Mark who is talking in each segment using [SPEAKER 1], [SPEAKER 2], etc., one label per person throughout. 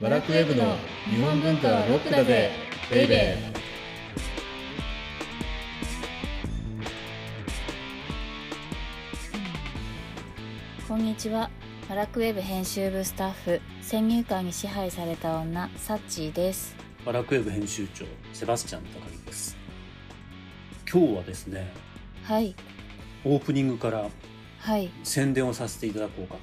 [SPEAKER 1] バラクウェブの日本文化はロックだぜベイベー
[SPEAKER 2] こんにちはバラクウェブ編集部スタッフ先入観に支配された女サッチーです
[SPEAKER 3] バラクウェブ編集長セバスチャン高木です今日はですね
[SPEAKER 2] はい
[SPEAKER 3] オープニングから
[SPEAKER 2] はい
[SPEAKER 3] 宣伝をさせていただこうか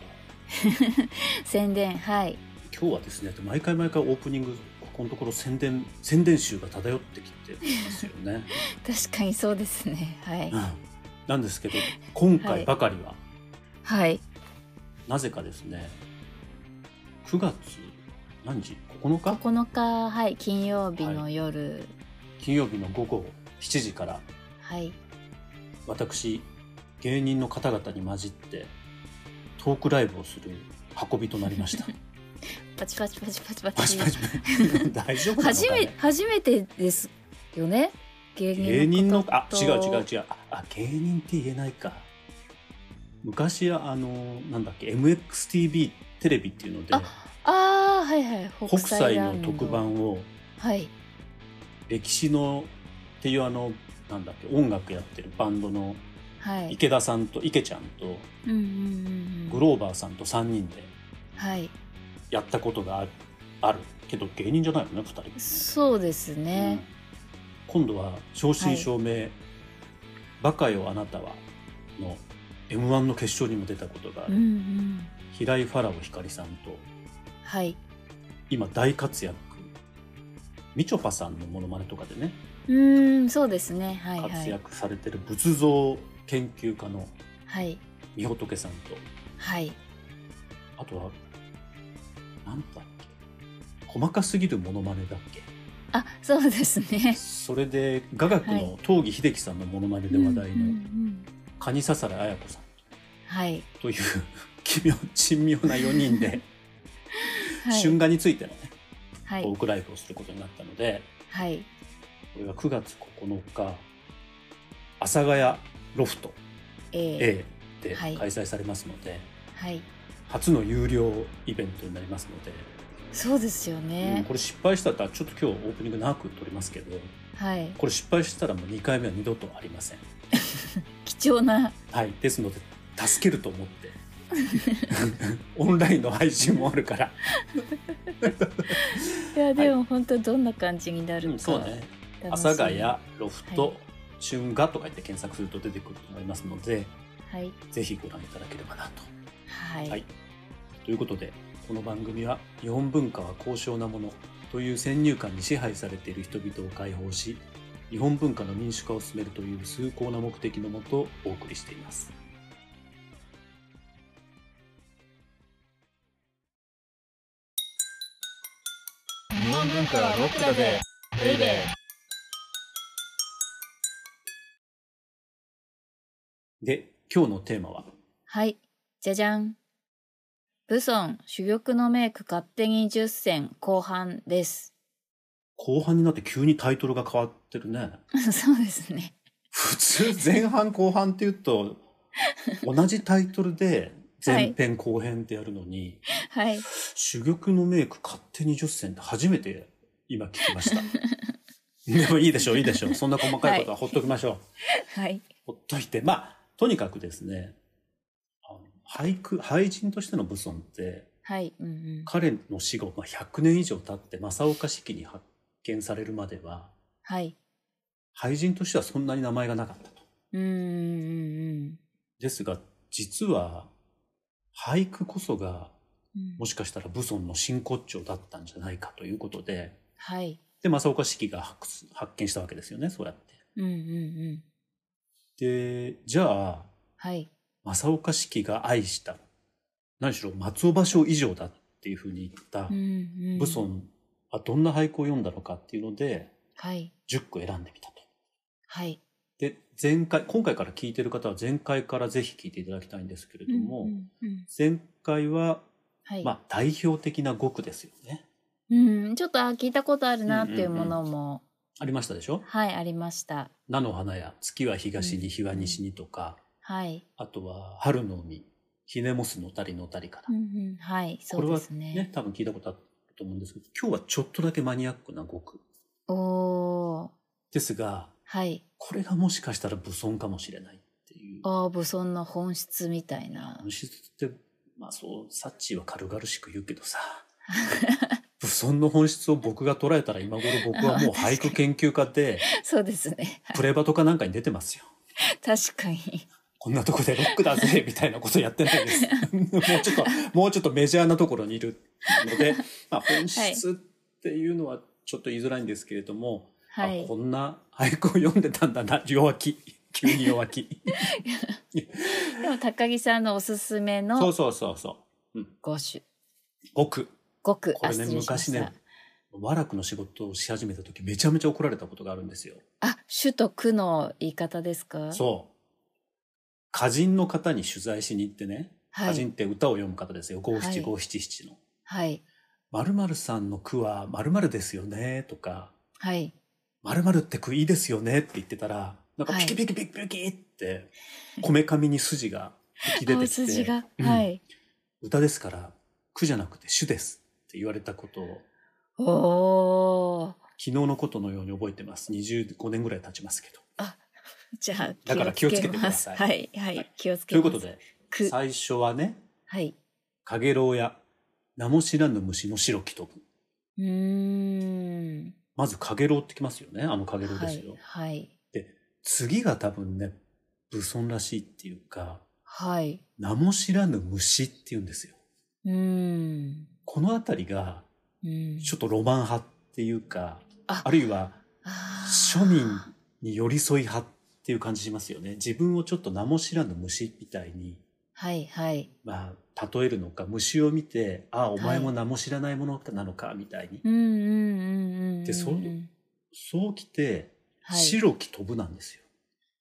[SPEAKER 2] 宣伝はい
[SPEAKER 3] と今日はですね毎回毎回オープニングここのところ宣伝宣伝集が漂ってきてますよね、
[SPEAKER 2] 確かにそうですねはい
[SPEAKER 3] うんなんですけど今
[SPEAKER 2] はい
[SPEAKER 3] 回ばかりは、
[SPEAKER 2] はい
[SPEAKER 3] なぜかですね9月何時9日
[SPEAKER 2] 9日はい金曜日の夜
[SPEAKER 3] 金曜日の午後7時から
[SPEAKER 2] はい
[SPEAKER 3] 私芸人の方々に混じってトークライブをする運びとなりました
[SPEAKER 2] パチパチパチパチパチ
[SPEAKER 3] パチパチパチ 大丈夫なのか
[SPEAKER 2] 初め
[SPEAKER 3] ね
[SPEAKER 2] 初めてですよね
[SPEAKER 3] 芸
[SPEAKER 2] 芸
[SPEAKER 3] 人
[SPEAKER 2] 人の
[SPEAKER 3] の
[SPEAKER 2] 方
[SPEAKER 3] あ
[SPEAKER 2] と
[SPEAKER 3] 違う違う違うああ芸人って言えないか昔はあのなんだっけ MXTV テレビっていうので
[SPEAKER 2] ああはいはい
[SPEAKER 3] 北斎
[SPEAKER 2] ラ
[SPEAKER 3] の
[SPEAKER 2] ンド
[SPEAKER 3] 特番を
[SPEAKER 2] はい
[SPEAKER 3] 歴史のっていうあのなんだっけ音楽やってるバンドの
[SPEAKER 2] はい
[SPEAKER 3] 池田さんと池ちゃんと
[SPEAKER 2] うんうんうんう
[SPEAKER 3] グ
[SPEAKER 2] ん
[SPEAKER 3] ローバーさんと3人で
[SPEAKER 2] はい
[SPEAKER 3] やったことがあるあるけど芸人じゃないよね2人ね
[SPEAKER 2] そうですね、
[SPEAKER 3] うん今度は正真正銘、バカよあなたは」の m 1の決勝にも出たことがあ
[SPEAKER 2] うん
[SPEAKER 3] る、
[SPEAKER 2] うん
[SPEAKER 3] 平井ファラオ光さんと
[SPEAKER 2] はい
[SPEAKER 3] 今大活躍みちょぱさんのものまねとかでね
[SPEAKER 2] うーんそうですねはいは
[SPEAKER 3] 活
[SPEAKER 2] い
[SPEAKER 3] 躍されてる仏像研究家の
[SPEAKER 2] はい
[SPEAKER 3] みほとけさんと
[SPEAKER 2] はい
[SPEAKER 3] あとは何だっけ細かすぎるものまねだっけ
[SPEAKER 2] あそうですね
[SPEAKER 3] それで雅楽
[SPEAKER 2] は
[SPEAKER 3] の
[SPEAKER 2] い
[SPEAKER 3] 東儀秀樹さんのものまねで話題
[SPEAKER 2] うんうんう
[SPEAKER 3] の
[SPEAKER 2] ん
[SPEAKER 3] 蟹ささら綾子さん
[SPEAKER 2] はい
[SPEAKER 3] という奇妙珍妙な4人で、
[SPEAKER 2] は
[SPEAKER 3] 春
[SPEAKER 2] い
[SPEAKER 3] 画についてのね
[SPEAKER 2] は
[SPEAKER 3] ト
[SPEAKER 2] い
[SPEAKER 3] ークライブをすることになったので
[SPEAKER 2] はい
[SPEAKER 3] これが9月9日阿佐ヶ谷ロフト
[SPEAKER 2] え
[SPEAKER 3] A で
[SPEAKER 2] は
[SPEAKER 3] 開
[SPEAKER 2] い
[SPEAKER 3] 催されますので、
[SPEAKER 2] ーはい
[SPEAKER 3] 初の有料イベントになりますので、
[SPEAKER 2] そうですよ
[SPEAKER 3] うん
[SPEAKER 2] ね
[SPEAKER 3] これ失敗したらちょっと今日オープニング長く撮りますけど
[SPEAKER 2] はい
[SPEAKER 3] これ失敗したらもう2回目は二度とありません。
[SPEAKER 2] 貴重な
[SPEAKER 3] はい、ですので助けると思って オンラインの配信もあるから、
[SPEAKER 2] いやでも本当どんな感じになるか
[SPEAKER 3] そうね「阿
[SPEAKER 2] 楽しみ
[SPEAKER 3] 佐ヶ谷ロフト、
[SPEAKER 2] はい
[SPEAKER 3] 春画」とか言って検索すると出てくると思いますので
[SPEAKER 2] はい
[SPEAKER 3] ぜひご覧いただければなと。
[SPEAKER 2] はい、
[SPEAKER 3] はいということでこの番組は「日本文化は高尚なもの」という先入観に支配されている人々を解放し日本文化の民主化を進めるという崇高な目的のもとお送りしています。
[SPEAKER 1] 日本文化はロックだぜベイベー
[SPEAKER 3] で今日のテーマは
[SPEAKER 2] はい、じゃじゃん。武尊珠玉のメイク勝手に10選後半です。
[SPEAKER 3] 後半になって急にタイトルが変わってるね。
[SPEAKER 2] そうですね。
[SPEAKER 3] 普通前半後半っていうと同じタイトルで前編後編ってやるのに「
[SPEAKER 2] はい。
[SPEAKER 3] 珠玉のメイク勝手に10選」って初めて今聞きま したでもいいでしょういいでしょうそんな細かいことはほっときましょう、
[SPEAKER 2] はい。
[SPEAKER 3] ほっといてまあとにかくですねあの俳句俳人としての武尊って
[SPEAKER 2] はい。うんうん。
[SPEAKER 3] 彼の死後、まあ、100年以上経って正岡子規に発見されるまでは
[SPEAKER 2] はい。
[SPEAKER 3] 俳人としてはそんなに名前がなかったと。
[SPEAKER 2] うーんうん
[SPEAKER 3] ですが実は俳句こそが
[SPEAKER 2] うん。
[SPEAKER 3] もしかしたら武尊の真骨頂だったんじゃないかということで
[SPEAKER 2] はい。
[SPEAKER 3] で正岡子規が発発見したわけですよねそうやっ
[SPEAKER 2] うんうんうん。
[SPEAKER 3] て。でじゃあ
[SPEAKER 2] はい。
[SPEAKER 3] 正岡子規が愛した何しろ松尾芭蕉以上だっていうふうに言った
[SPEAKER 2] うんうん。
[SPEAKER 3] 武尊はどんな俳句を読んだのかっていうので
[SPEAKER 2] はい。
[SPEAKER 3] 10句選んでみたと。
[SPEAKER 2] はい。
[SPEAKER 3] で前回今回から聞いてる方は前回からぜひ聞いていただきたいんですけれども、
[SPEAKER 2] うんうんうん
[SPEAKER 3] 前回は
[SPEAKER 2] はい。
[SPEAKER 3] まあ代表的な語句ですよね。
[SPEAKER 2] うん。ちょっとあ聞いたことあるなっていうものも、
[SPEAKER 3] ありましたでしょ
[SPEAKER 2] はい、ありました。
[SPEAKER 3] 菜の花や月は東に日は西にとか、
[SPEAKER 2] はい。
[SPEAKER 3] あとは春の海、ひねもすのたりのたりから。
[SPEAKER 2] うんうん。はい。そ
[SPEAKER 3] これ
[SPEAKER 2] うで
[SPEAKER 3] は
[SPEAKER 2] す
[SPEAKER 3] ね
[SPEAKER 2] ね。
[SPEAKER 3] 多分聞いたことあると思うんですけど、今日はちょっとだけマニアックな語句。
[SPEAKER 2] おー。
[SPEAKER 3] ですが、
[SPEAKER 2] はい。
[SPEAKER 3] これがもしかしたら武尊かもしれないっていう。
[SPEAKER 2] ああ、武尊の本質みたいな
[SPEAKER 3] 本。質って、まあそう、サッチーは軽々しく言うけ どさ。武尊の本質を僕が捉えたら今頃僕はもう俳句研究家で、
[SPEAKER 2] そうですね。
[SPEAKER 3] プレバとかなんかに出てますよ。
[SPEAKER 2] 確かに。
[SPEAKER 3] こんなとこでロックだぜみたいなことやってな いです。もうちょっと、もうちょっとメジャーなところにいる ので、まあ、本質っていうのはちょっと言いづらいんですけれども、
[SPEAKER 2] は
[SPEAKER 3] あ
[SPEAKER 2] い
[SPEAKER 3] こ。んな俳句を読んでたんだな、弱気。 急に 弱気。
[SPEAKER 2] でも高木さんのおすすめ
[SPEAKER 3] そ
[SPEAKER 2] の
[SPEAKER 3] うそうそうそう。うん。
[SPEAKER 2] 5種、
[SPEAKER 3] 僕。
[SPEAKER 2] 5句、
[SPEAKER 3] これね、
[SPEAKER 2] あ失礼しまし
[SPEAKER 3] 昔
[SPEAKER 2] た
[SPEAKER 3] ね、和楽の仕事をし始めた時めちゃめちゃ怒られたことがあるんですよ。
[SPEAKER 2] あ、種と句の言い方ですか
[SPEAKER 3] そう。歌人の方に取材しに行ってね、
[SPEAKER 2] は
[SPEAKER 3] 歌人
[SPEAKER 2] い。
[SPEAKER 3] って歌を読む方ですよ。五
[SPEAKER 2] はい
[SPEAKER 3] 七五七七の。
[SPEAKER 2] はい。
[SPEAKER 3] 〇〇さんの句は〇〇ですよねとか、
[SPEAKER 2] はい。
[SPEAKER 3] 〇〇って句いいですよねって言ってたら、なんか
[SPEAKER 2] はい
[SPEAKER 3] ピキピキピキピキって、こめかみに筋が吹き出て
[SPEAKER 2] 青
[SPEAKER 3] き
[SPEAKER 2] 筋
[SPEAKER 3] て、
[SPEAKER 2] が。
[SPEAKER 3] うん
[SPEAKER 2] はい。
[SPEAKER 3] 歌ですから、句じゃなくて主ですって言われたことを、
[SPEAKER 2] おー。
[SPEAKER 3] 昨日のことのように覚えてます。25年ぐらい経ちますけど。
[SPEAKER 2] じゃあ、
[SPEAKER 3] だから気をつけてください
[SPEAKER 2] 気をつけますはい。は。
[SPEAKER 3] はい
[SPEAKER 2] 気をつ
[SPEAKER 3] と
[SPEAKER 2] け
[SPEAKER 3] いう
[SPEAKER 2] ます。
[SPEAKER 3] ことで、
[SPEAKER 2] 句。
[SPEAKER 3] 最初はね、
[SPEAKER 2] はい。
[SPEAKER 3] かげろうや、名も知らぬ虫の白き飛ぶ。
[SPEAKER 2] うーん。
[SPEAKER 3] まずかげろうってきますよね。あのかげろう
[SPEAKER 2] は
[SPEAKER 3] です
[SPEAKER 2] い
[SPEAKER 3] よ。。
[SPEAKER 2] はい。
[SPEAKER 3] 次が多分ね、武尊らしいっていうか、
[SPEAKER 2] はい。
[SPEAKER 3] 名も知らぬ虫って言うんですよ。
[SPEAKER 2] うーん。
[SPEAKER 3] このあたりが、
[SPEAKER 2] うん。
[SPEAKER 3] ちょっとロマン派っていうか、
[SPEAKER 2] あ
[SPEAKER 3] あるいは
[SPEAKER 2] あー
[SPEAKER 3] 庶民に寄り添い派っていう感じしますよね。自分をちょっと名も知らぬ虫みたいに、
[SPEAKER 2] はいはい。
[SPEAKER 3] まあ、例えるのか、虫を見て、ああ、お前
[SPEAKER 2] は
[SPEAKER 3] も
[SPEAKER 2] い
[SPEAKER 3] 名も知らないものなのか、みたいに。
[SPEAKER 2] うんうんうんうんうん。
[SPEAKER 3] でそうそうきて、
[SPEAKER 2] はい
[SPEAKER 3] 白き飛ぶなんですよ。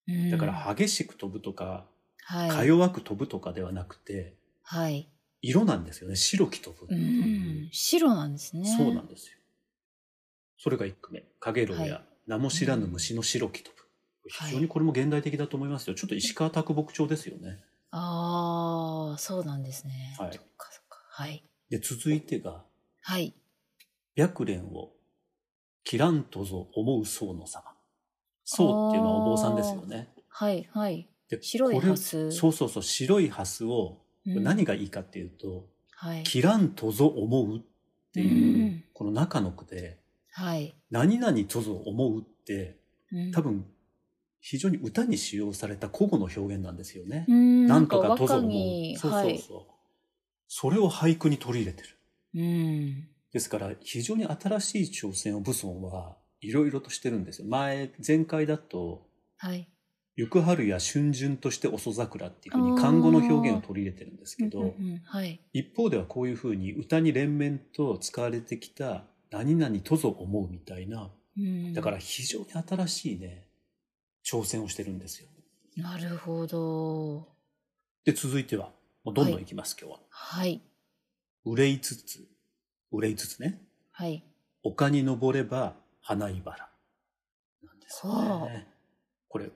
[SPEAKER 2] うん
[SPEAKER 3] だから、激しく飛ぶとか、か
[SPEAKER 2] はい。
[SPEAKER 3] 弱く飛ぶとかではなくて、
[SPEAKER 2] はい。
[SPEAKER 3] 色なんですよね。白き飛ぶって
[SPEAKER 2] う
[SPEAKER 3] い
[SPEAKER 2] ん。白なんです
[SPEAKER 3] う。
[SPEAKER 2] ね。
[SPEAKER 3] そうなんですよ。それが1句目。かげろう
[SPEAKER 2] は
[SPEAKER 3] や名も知らぬ虫の白き飛ぶ。
[SPEAKER 2] はい
[SPEAKER 3] 非常にこれも現代的だと思いますよ。ちょっと石川啄木鳥ですよね。
[SPEAKER 2] ああ、そうなんですね。
[SPEAKER 3] はい
[SPEAKER 2] そっかそっか。はい。
[SPEAKER 3] で、続いてが、
[SPEAKER 2] はい。
[SPEAKER 3] 白蓮を、切らんとぞ思う僧の様。僧っていうのはお坊さんですよね。
[SPEAKER 2] はい。はい。
[SPEAKER 3] で
[SPEAKER 2] 白い
[SPEAKER 3] これ
[SPEAKER 2] ハス
[SPEAKER 3] そうそうそう、白いハスを、こ
[SPEAKER 2] う
[SPEAKER 3] れ
[SPEAKER 2] ん
[SPEAKER 3] 何がいいかっていうと、
[SPEAKER 2] はい。
[SPEAKER 3] 切らんとぞ思うって
[SPEAKER 2] う、
[SPEAKER 3] いうんこの中の句で、
[SPEAKER 2] はい。
[SPEAKER 3] 何々とぞ思うって、
[SPEAKER 2] うん
[SPEAKER 3] 多分、非常に歌に使用された古語の表現なんですよね。
[SPEAKER 2] うん
[SPEAKER 3] なんとかとぞ
[SPEAKER 2] 若
[SPEAKER 3] 思う。
[SPEAKER 2] に
[SPEAKER 3] そう
[SPEAKER 2] は
[SPEAKER 3] そう
[SPEAKER 2] い。
[SPEAKER 3] そう、それを俳句に取り入れてる。
[SPEAKER 2] うん。
[SPEAKER 3] ですから、非常に新しい挑戦を武尊はいろいろとしてるんですよ。前、前回だと、
[SPEAKER 2] はい。
[SPEAKER 3] ゆく春や春巡として遅桜っていうふうに漢語の表現を取り入れてるんですけ
[SPEAKER 2] うん
[SPEAKER 3] ど
[SPEAKER 2] う、んうんはい。
[SPEAKER 3] 一方ではこういうふうに歌に連綿と使われてきた何々とぞ思うみたいな、
[SPEAKER 2] うん
[SPEAKER 3] だから非常に新しいね、挑戦をしてるんですよ。
[SPEAKER 2] なるほど。
[SPEAKER 3] で、続いては、もうどんどんいきます、今日は。
[SPEAKER 2] はい。
[SPEAKER 3] 憂いつつ、憂いつつね、
[SPEAKER 2] はい。
[SPEAKER 3] 丘に登れば花いばら。なんですよね。これ、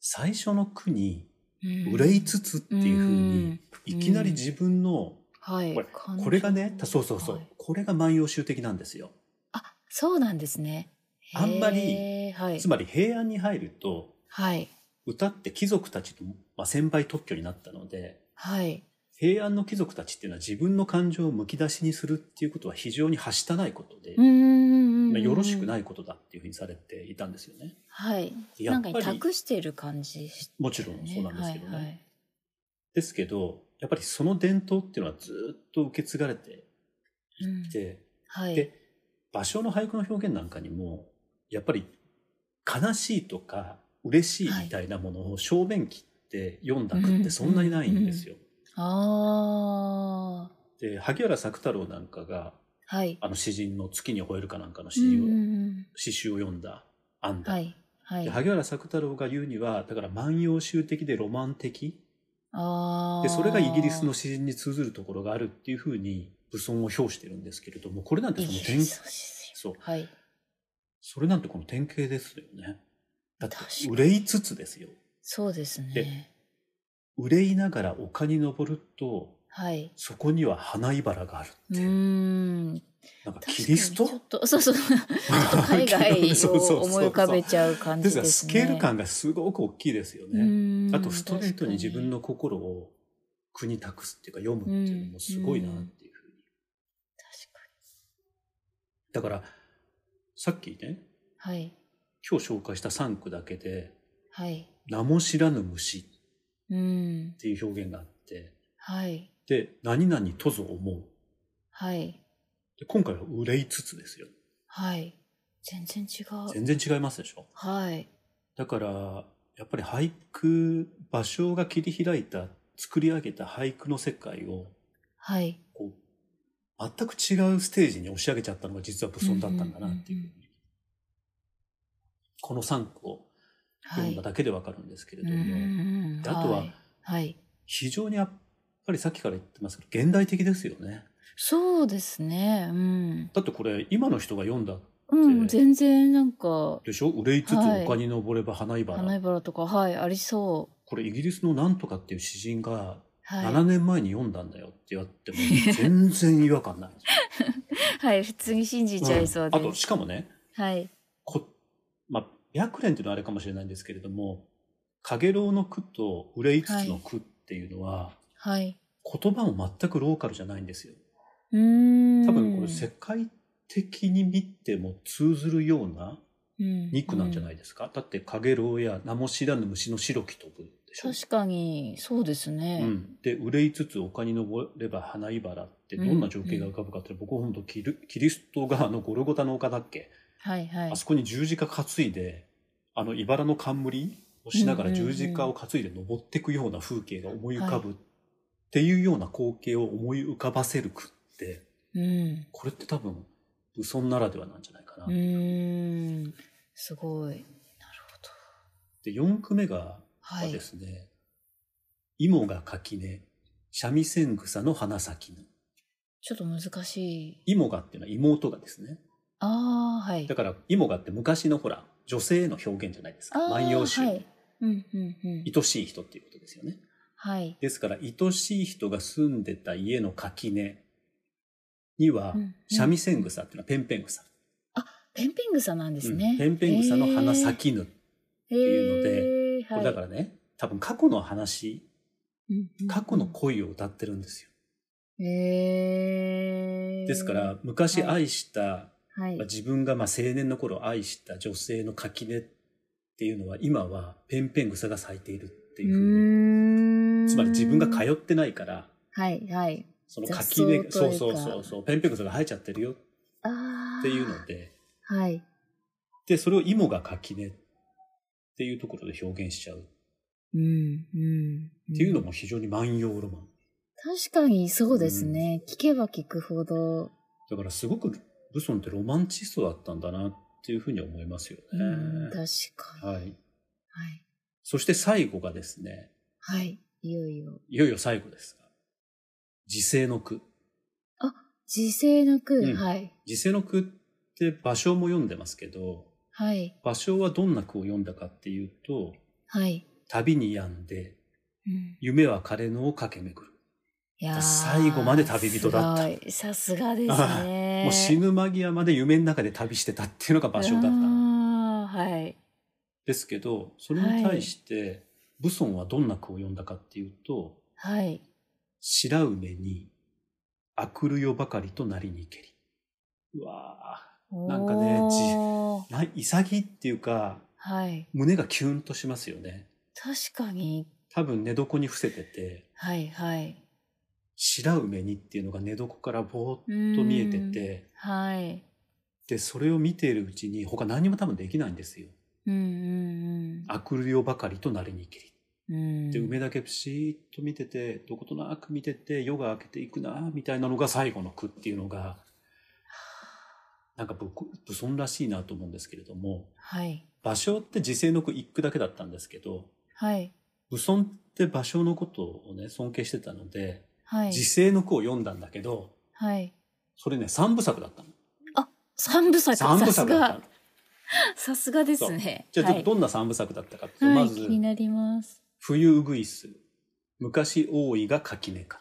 [SPEAKER 3] 最初の句に、憂いつつっていうふうに、いきなり自分の、
[SPEAKER 2] うん、はい。
[SPEAKER 3] これ、
[SPEAKER 2] 感情
[SPEAKER 3] これがね、そうそうそう
[SPEAKER 2] はい、
[SPEAKER 3] これが万葉集的なんですよ。
[SPEAKER 2] あ、そうなんですね。
[SPEAKER 3] あんまり
[SPEAKER 2] へーはい
[SPEAKER 3] つ。まり平安に入ると、
[SPEAKER 2] はい。
[SPEAKER 3] 歌って貴族たちと、まあ、先輩特許になったので、
[SPEAKER 2] はい。
[SPEAKER 3] 平安の貴族たちっていうのは自分の感情をむき出しにするっていうことは非常にはしたないことで、まあ、よろしく
[SPEAKER 2] い。
[SPEAKER 3] ないことだっていうふうにされていたんですよね。
[SPEAKER 2] はい。
[SPEAKER 3] や
[SPEAKER 2] な
[SPEAKER 3] っ
[SPEAKER 2] ん
[SPEAKER 3] ぱ
[SPEAKER 2] か
[SPEAKER 3] り
[SPEAKER 2] に託してる感じし、
[SPEAKER 3] もちろんそうなんですけどね。
[SPEAKER 2] はいはい
[SPEAKER 3] ですけど、やっぱりその伝統っていうのはずっと受け継がれて
[SPEAKER 2] うん
[SPEAKER 3] いて、
[SPEAKER 2] はい
[SPEAKER 3] で。、芭蕉の俳句の表現なんかにも、やっぱり悲しいとか嬉しいみたいなものを正面切って読んだ句ってそんなにないんですよ。
[SPEAKER 2] ああ。
[SPEAKER 3] で、萩原作太郎なんかが、
[SPEAKER 2] はい。
[SPEAKER 3] あの詩人の月に吠えるかなんかの詩
[SPEAKER 2] うん
[SPEAKER 3] を、
[SPEAKER 2] うん
[SPEAKER 3] 詩集を読んだ、編ん
[SPEAKER 2] うん
[SPEAKER 3] だ。
[SPEAKER 2] はい。はい
[SPEAKER 3] で。萩原作太郎が言うには、だから万葉集的でロマン的
[SPEAKER 2] ああ。
[SPEAKER 3] でそれがイギリスの詩人に通ずるところがあるっていうふうに武尊を評してるんですけれどもこれなんて
[SPEAKER 2] イ
[SPEAKER 3] その
[SPEAKER 2] ギ
[SPEAKER 3] 典
[SPEAKER 2] リ
[SPEAKER 3] 型
[SPEAKER 2] スの詩人
[SPEAKER 3] そう
[SPEAKER 2] はい。
[SPEAKER 3] それなんてこの典型ですよねだって
[SPEAKER 2] 確かに
[SPEAKER 3] 憂いつつですよ
[SPEAKER 2] そうですね。
[SPEAKER 3] 憂いながら丘に登ると
[SPEAKER 2] はい。
[SPEAKER 3] そこには花いばらがあるっ
[SPEAKER 2] う
[SPEAKER 3] て、
[SPEAKER 2] ーん。
[SPEAKER 3] なん
[SPEAKER 2] 確
[SPEAKER 3] か
[SPEAKER 2] かに
[SPEAKER 3] キリスト
[SPEAKER 2] ちょっと そうそうちょっと海外
[SPEAKER 3] そ
[SPEAKER 2] を
[SPEAKER 3] うそうそうそう
[SPEAKER 2] 思い浮かべちゃう感
[SPEAKER 3] で
[SPEAKER 2] じ
[SPEAKER 3] す
[SPEAKER 2] です
[SPEAKER 3] が
[SPEAKER 2] ね
[SPEAKER 3] スケール感がすごく大きいですよね。
[SPEAKER 2] ね
[SPEAKER 3] あとストレートに自分の心を句に託すっていうか読むっていうのもすごいなっていうふうに。だからさっきね
[SPEAKER 2] はい
[SPEAKER 3] 今日紹介した3句だけで
[SPEAKER 2] はい
[SPEAKER 3] 「名も知らぬ虫」っ
[SPEAKER 2] うん
[SPEAKER 3] ていう表現があって
[SPEAKER 2] はい
[SPEAKER 3] で「何々とぞ思う
[SPEAKER 2] はい」
[SPEAKER 3] で今回は「憂いつつ」ですよ。
[SPEAKER 2] はい全然違う
[SPEAKER 3] 全然違いますでしょ。
[SPEAKER 2] はい
[SPEAKER 3] だからやっぱり俳句場所が切り開いた作り上げた俳句の世界を
[SPEAKER 2] はい
[SPEAKER 3] こう全く違うステージに押し上げちゃったのが実は武装だったんだなっていうふうに、
[SPEAKER 2] うんうん
[SPEAKER 3] この3句を
[SPEAKER 2] は
[SPEAKER 3] 読ん
[SPEAKER 2] い
[SPEAKER 3] だだけでわかるんですけれ
[SPEAKER 2] う
[SPEAKER 3] ど
[SPEAKER 2] んう
[SPEAKER 3] も、
[SPEAKER 2] んうん
[SPEAKER 3] であとはい
[SPEAKER 2] はい
[SPEAKER 3] 非常にやっぱりさっきから言ってますけど現代的ですよね
[SPEAKER 2] そうですねうん
[SPEAKER 3] だってこれ今の人が読んだ
[SPEAKER 2] うん全然なんか
[SPEAKER 3] でしょ「憂いつつ
[SPEAKER 2] はい
[SPEAKER 3] 丘に登れば花々、
[SPEAKER 2] 花原とかはいありそう
[SPEAKER 3] これイギリスのなんとかっていう詩人が
[SPEAKER 2] はい
[SPEAKER 3] 7年前に読んだんだよってやっても全然違和感ないんですよ
[SPEAKER 2] はい、普通に信じちゃいそう
[SPEAKER 3] あと
[SPEAKER 2] です。
[SPEAKER 3] しかもね
[SPEAKER 2] はい。
[SPEAKER 3] こ、まあ、白蓮っていうのはあれかもしれないんですけれども「かげろうの句」と「憂いつつの句」っていうのは、
[SPEAKER 2] はい。
[SPEAKER 3] 言葉も全くローカルじゃないんですよ。
[SPEAKER 2] うーん。、
[SPEAKER 3] 多分これ世界的に見ても通ずるような肉なんじゃないいですか、だって「かげろう」や「名も知らぬ虫の白き飛ぶ」でしょ。
[SPEAKER 2] 確かに、そうですね。
[SPEAKER 3] うん、で「憂いつつ丘に登れば花々」ってどんな情景が浮かぶかって、僕本当キリキリストがあのゴルゴタの丘だっけ
[SPEAKER 2] はいはい
[SPEAKER 3] あ。そこに十字架担いで、あの、茨の冠をしながら
[SPEAKER 2] うんうんうん
[SPEAKER 3] 十字架を担いで登っていくような風景が思い浮かぶっていうような光景を思い浮かばせる句って、
[SPEAKER 2] うん。
[SPEAKER 3] これって多分、武装ならではなんじゃないかな。
[SPEAKER 2] うーん。すごい。なるほど。
[SPEAKER 3] で、4句目が
[SPEAKER 2] は
[SPEAKER 3] はいで。すね、芋が垣根、三味線草の花咲きぬ。
[SPEAKER 2] ちょっと難しい。
[SPEAKER 3] 芋がっていうのは妹がですね。
[SPEAKER 2] ああ、はい
[SPEAKER 3] だ。から、芋がって昔のほら、女性の表現じゃないですか。
[SPEAKER 2] あー
[SPEAKER 3] 万葉集、
[SPEAKER 2] はい。うんうんうん。
[SPEAKER 3] 愛しい人っていうことですよね。
[SPEAKER 2] はい。
[SPEAKER 3] ですから愛しい人が住んでた家の垣根には
[SPEAKER 2] うんうん
[SPEAKER 3] 三味線草っていうのはペンペン草、
[SPEAKER 2] ペンペングサなんですね。
[SPEAKER 3] うんペンペン草の花咲きぬ、
[SPEAKER 2] て
[SPEAKER 3] いうので
[SPEAKER 2] で、
[SPEAKER 3] これだかららね多分過去の話
[SPEAKER 2] うんうん
[SPEAKER 3] 過去の恋を歌ってるんですよ、
[SPEAKER 2] へー
[SPEAKER 3] ですから、昔
[SPEAKER 2] はい
[SPEAKER 3] 愛した、
[SPEAKER 2] はい
[SPEAKER 3] まあ、。自分がまあ青年の頃愛した女性の垣根っていうのは今はペンペン草が咲いているっていうふうにつまり自分が通ってないから
[SPEAKER 2] はいはい。
[SPEAKER 3] その垣根
[SPEAKER 2] 雑草
[SPEAKER 3] そ
[SPEAKER 2] と
[SPEAKER 3] う
[SPEAKER 2] いうか
[SPEAKER 3] そうそうそうペンペン草が生えちゃってるよっ
[SPEAKER 2] あー
[SPEAKER 3] ていうので
[SPEAKER 2] はい。
[SPEAKER 3] で、それを芋が垣根っていうところで表現しちゃうっ
[SPEAKER 2] うんうん。って
[SPEAKER 3] いうのも非常に万葉ロマン。
[SPEAKER 2] 確かにそうですね。聞けば聞くほど。
[SPEAKER 3] だからすごくルソンってロマンチストだったんだなっていうふうに思いますよ
[SPEAKER 2] うん
[SPEAKER 3] ね。
[SPEAKER 2] 確かに。
[SPEAKER 3] はい。
[SPEAKER 2] はい。
[SPEAKER 3] そして最後がですね、
[SPEAKER 2] はい。いよいよ。
[SPEAKER 3] いよいよ最後ですが、時世の句。
[SPEAKER 2] 時世の句、
[SPEAKER 3] うん
[SPEAKER 2] はい。
[SPEAKER 3] 時世の句って芭蕉も読んでますけど、
[SPEAKER 2] はい。
[SPEAKER 3] 芭蕉はどんな句を読んだかっていうと、
[SPEAKER 2] はい。
[SPEAKER 3] 旅に病んで、
[SPEAKER 2] うん
[SPEAKER 3] 夢は枯れ野を駆け巡る。
[SPEAKER 2] いやー
[SPEAKER 3] 最後まで旅人だった
[SPEAKER 2] すごいさすがです
[SPEAKER 3] あ
[SPEAKER 2] ね。
[SPEAKER 3] もう死ぬ間際まで夢の中で旅してたっていうのが芭蕉だったの。
[SPEAKER 2] あーはい。
[SPEAKER 3] ですけどそれに対して武尊はどんな句を読んだかっていうと
[SPEAKER 2] はい。
[SPEAKER 3] 「白梅にあくるよばかりとなりにけり」うわなんかねじ
[SPEAKER 2] おー
[SPEAKER 3] ーな潔いっていうか
[SPEAKER 2] はい。
[SPEAKER 3] 胸がキュンとしますよね
[SPEAKER 2] 確かに。
[SPEAKER 3] 多分寝床に伏せてて
[SPEAKER 2] はいはい。
[SPEAKER 3] 「白梅に」っていうのが寝床からぼーっ
[SPEAKER 2] と
[SPEAKER 3] と見えて。て
[SPEAKER 2] はい。
[SPEAKER 3] でそれを見ているうちに他何も多分できないんですよ
[SPEAKER 2] うんうん
[SPEAKER 3] 「あくるよばかりとなりにけり」
[SPEAKER 2] うん。
[SPEAKER 3] で
[SPEAKER 2] うん
[SPEAKER 3] 梅だけピシッと見ててどことなく見てて夜が明けていくなみたいなのが最後の句っていうのがなんかぶ武尊らしいなと思うんですけれども
[SPEAKER 2] はい。
[SPEAKER 3] 芭蕉って時世の句一句だけだったんですけど
[SPEAKER 2] はい。
[SPEAKER 3] 武尊って芭蕉のことをね尊敬してたので
[SPEAKER 2] はい。
[SPEAKER 3] 時世の句を読んだんだけど
[SPEAKER 2] はい。
[SPEAKER 3] それね三部作だったの
[SPEAKER 2] 三部作。
[SPEAKER 3] 三部作だったの
[SPEAKER 2] さすが。さすがですね。
[SPEAKER 3] じゃあ、
[SPEAKER 2] はい
[SPEAKER 3] どんな三部作だったかっていうと
[SPEAKER 2] は
[SPEAKER 3] ま
[SPEAKER 2] い、
[SPEAKER 3] ず
[SPEAKER 2] 気になります。
[SPEAKER 3] 「冬うぐいす昔王位が垣根か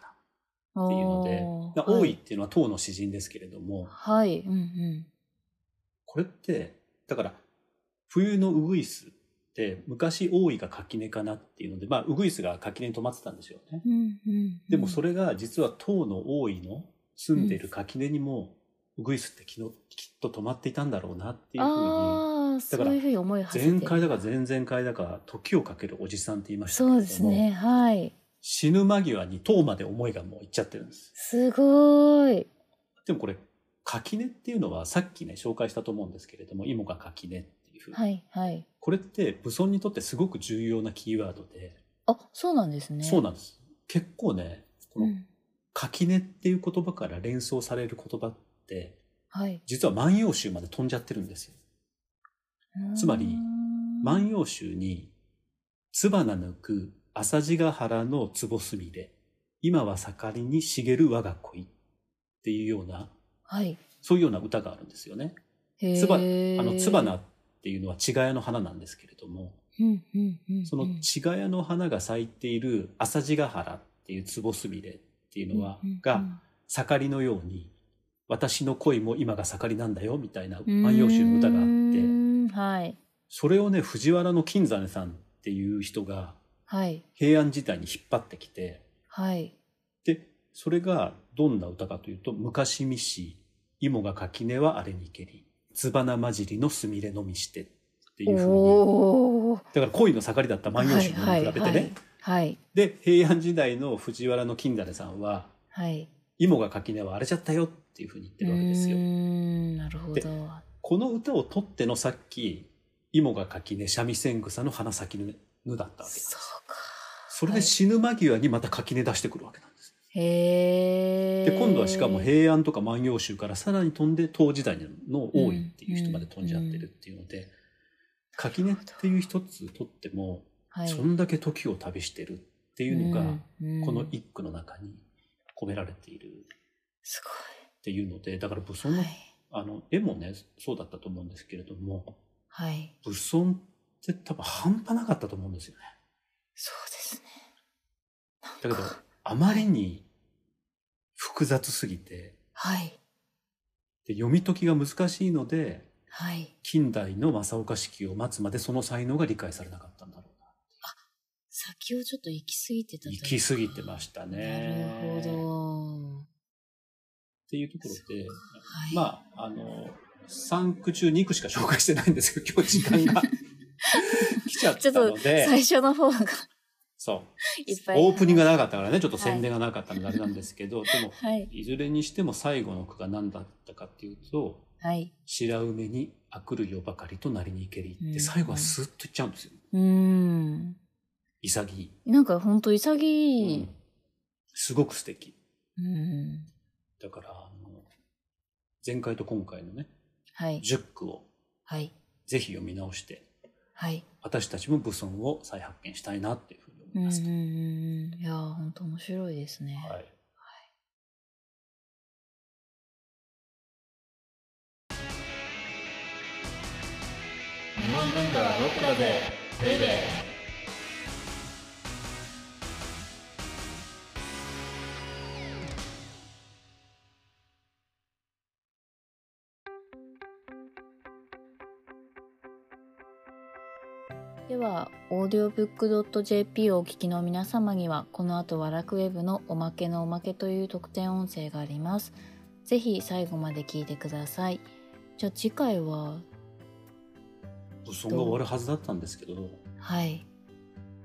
[SPEAKER 3] な」っていうので
[SPEAKER 2] おー
[SPEAKER 3] だから
[SPEAKER 2] は
[SPEAKER 3] 王
[SPEAKER 2] い
[SPEAKER 3] 位っていうのは唐の詩人ですけれども、
[SPEAKER 2] はい。うんうん。
[SPEAKER 3] これって、だから、冬のウグイスって、昔王位が垣根かなっていうので、まあ、ウグイスが垣根に止まってたんですよね。
[SPEAKER 2] うんうん。
[SPEAKER 3] でもそ
[SPEAKER 2] れ。
[SPEAKER 3] れが実は唐の王位の住んでいる垣根にも、ウグイスってきのきっと止まっていたんだろうなっていうふうに、
[SPEAKER 2] ああ、
[SPEAKER 3] だ
[SPEAKER 2] そ
[SPEAKER 3] から
[SPEAKER 2] ういうふうに思いはせて
[SPEAKER 3] 前回だか前々回だか、時をかけるおじさんって言いましたけれ
[SPEAKER 2] そ
[SPEAKER 3] ど
[SPEAKER 2] う
[SPEAKER 3] も、
[SPEAKER 2] ですね。はい。
[SPEAKER 3] 死ぬ間際に唐まで思いがもういっちゃってるんです。
[SPEAKER 2] すごーい。
[SPEAKER 3] でもこれ、垣根っていうのはさっきね、紹介したと思うんですけれども、芋が垣根っていうふうに。
[SPEAKER 2] はいはい。
[SPEAKER 3] これって武尊にとってすごく重要なキーワードで、
[SPEAKER 2] あ、そうなんですね。
[SPEAKER 3] そう
[SPEAKER 2] な
[SPEAKER 3] なんです。結構ね、こ
[SPEAKER 2] う
[SPEAKER 3] の
[SPEAKER 2] ん。
[SPEAKER 3] 垣根っていう言葉から連想される言葉って、
[SPEAKER 2] はい。
[SPEAKER 3] 実は万葉集まで飛んじゃってるんですよ。つまり
[SPEAKER 2] うーん
[SPEAKER 3] 万葉集に、つばなぬく朝地ヶ原の壺すみれ、今は盛りに茂る我が恋っていうような、
[SPEAKER 2] はい。
[SPEAKER 3] そういうような歌があるんですよね。
[SPEAKER 2] へ
[SPEAKER 3] つば
[SPEAKER 2] ー
[SPEAKER 3] あの、つばな。っていうのは違屋の花なんですけれども、
[SPEAKER 2] うんうんうんうん。
[SPEAKER 3] そのちがやの花が咲いている朝地ヶ原っていうつぼすみれっていうのは、
[SPEAKER 2] うんうんうん
[SPEAKER 3] が盛りのように私の恋も今が盛りなんだよみたいな万葉集の歌があ
[SPEAKER 2] う
[SPEAKER 3] って
[SPEAKER 2] ーんはい。
[SPEAKER 3] それをね藤原の金山さんっていう人が
[SPEAKER 2] はい。
[SPEAKER 3] 平安時代に引っ張ってきて
[SPEAKER 2] はい。
[SPEAKER 3] でそれがどんな歌かというと「昔見し芋が垣根はあれにけりつばな混じりのすみれのみして」っていうふうに
[SPEAKER 2] おお。
[SPEAKER 3] だから恋の盛りだった万葉集に比べてね、
[SPEAKER 2] はい。
[SPEAKER 3] で平安時代の藤原の金種さんは
[SPEAKER 2] はい。
[SPEAKER 3] 芋が垣根は荒れちゃったよっていうふうに言ってるわけですよ
[SPEAKER 2] うー。んなるほ
[SPEAKER 3] で
[SPEAKER 2] ど。
[SPEAKER 3] この歌を取ってのさっき芋が垣根三味線草の花咲きぬだったわけです。
[SPEAKER 2] そうか。
[SPEAKER 3] それ
[SPEAKER 2] は
[SPEAKER 3] で
[SPEAKER 2] い
[SPEAKER 3] 死ぬ間際にまた垣根出してくるわけなんです。
[SPEAKER 2] へえ。
[SPEAKER 3] で今度はしかも平安とか万葉集からさらに飛んで唐時代の王位っていう人まで飛んじゃってるっていうので、垣根っていう一つ取っても、
[SPEAKER 2] はい、
[SPEAKER 3] そんだけ時を旅してるっていうのが、
[SPEAKER 2] うんうん
[SPEAKER 3] この一句の中に込められている
[SPEAKER 2] す
[SPEAKER 3] っていうのでだから武
[SPEAKER 2] ご
[SPEAKER 3] 装
[SPEAKER 2] い。
[SPEAKER 3] の,、
[SPEAKER 2] はい。
[SPEAKER 3] あの絵もねそうだったと思うんですけれども
[SPEAKER 2] はい。
[SPEAKER 3] 武装って多分半端なかったと思うんですよね
[SPEAKER 2] そうですね。
[SPEAKER 3] だけどあまりに複雑すぎて
[SPEAKER 2] はい。
[SPEAKER 3] で読み解きが難しいので
[SPEAKER 2] はい。
[SPEAKER 3] 近代の正岡子規を待つまでその才能が理解されなかったんだろうな
[SPEAKER 2] 先をちょっと行き過ぎてたという
[SPEAKER 3] 行
[SPEAKER 2] か
[SPEAKER 3] き過ぎてましたね
[SPEAKER 2] なるほ
[SPEAKER 3] っていうところで
[SPEAKER 2] はい
[SPEAKER 3] まああの3句中2句しか紹介してないんですけど今日時 間が来ちゃったの
[SPEAKER 2] ど。
[SPEAKER 3] で
[SPEAKER 2] 最初の方が
[SPEAKER 3] そう
[SPEAKER 2] いっぱい。
[SPEAKER 3] オープニングがなかったからね、ちょっと宣伝がなかったのであれなんですけど、でも、
[SPEAKER 2] はい。
[SPEAKER 3] いずれにしても最後の句が何だったかっていうと、
[SPEAKER 2] はい。
[SPEAKER 3] 白梅にあくるよばかりとなりにけりっ
[SPEAKER 2] う
[SPEAKER 3] て、
[SPEAKER 2] ん
[SPEAKER 3] 最後はスーッといっちゃうんですよ。
[SPEAKER 2] うーん。
[SPEAKER 3] 潔い。
[SPEAKER 2] なんか本当潔
[SPEAKER 3] う
[SPEAKER 2] い
[SPEAKER 3] ん。すごく素敵。
[SPEAKER 2] うん。
[SPEAKER 3] だから、あの、前回と今回のね、
[SPEAKER 2] はい。
[SPEAKER 3] 10句を
[SPEAKER 2] はい。
[SPEAKER 3] ぜひ読み直して、
[SPEAKER 2] はい。
[SPEAKER 3] 私たちも武尊を再発見したいなっていうふうに
[SPEAKER 2] う
[SPEAKER 3] 思
[SPEAKER 2] ん
[SPEAKER 3] い
[SPEAKER 2] う
[SPEAKER 3] ま
[SPEAKER 2] ん
[SPEAKER 3] す。
[SPEAKER 2] うんうん。いやー、本当面白いですね。
[SPEAKER 3] はい。
[SPEAKER 1] 日本文化はロックだぜベイベー
[SPEAKER 2] では、オーディオブックドット JP をお聞きの皆様には、この後ワラクウェブのおまけのおまけという特典音声があります。ぜひ最後まで聞いてください。じゃあ次回は、
[SPEAKER 3] 武尊が終わるはずだったんですけど、
[SPEAKER 2] はい。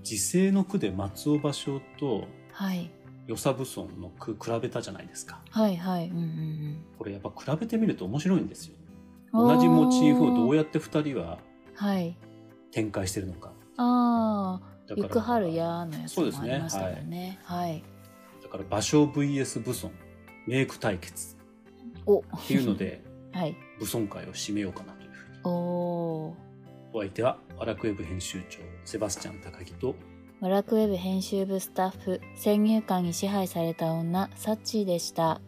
[SPEAKER 3] 時世の句で松尾芭蕉と
[SPEAKER 2] はい。
[SPEAKER 3] 与謝武尊の句比べたじゃないですか
[SPEAKER 2] はいはい。うんうん
[SPEAKER 3] これやっぱ比べてみると面白いんですよ
[SPEAKER 2] うん。
[SPEAKER 3] 同じモチーフをどう
[SPEAKER 2] や
[SPEAKER 3] やって2人は
[SPEAKER 2] はい。
[SPEAKER 3] 展開してるのか
[SPEAKER 2] ああ、
[SPEAKER 3] だか
[SPEAKER 2] ゆ
[SPEAKER 3] ら
[SPEAKER 2] くはるやーのやつ
[SPEAKER 3] そうです
[SPEAKER 2] もあ
[SPEAKER 3] ね
[SPEAKER 2] りましたもんね。はい。
[SPEAKER 3] だから芭蕉 VS 武尊メイク対決
[SPEAKER 2] お。
[SPEAKER 3] っていうの。で
[SPEAKER 2] はい。
[SPEAKER 3] 武尊会を締めようかなというふうに
[SPEAKER 2] おお
[SPEAKER 3] お相手はアラクエブ編集長セバスチャン高木と
[SPEAKER 2] ー。ワラクウェブ編集部スタッフ、先入観に支配された女、サッチーでした。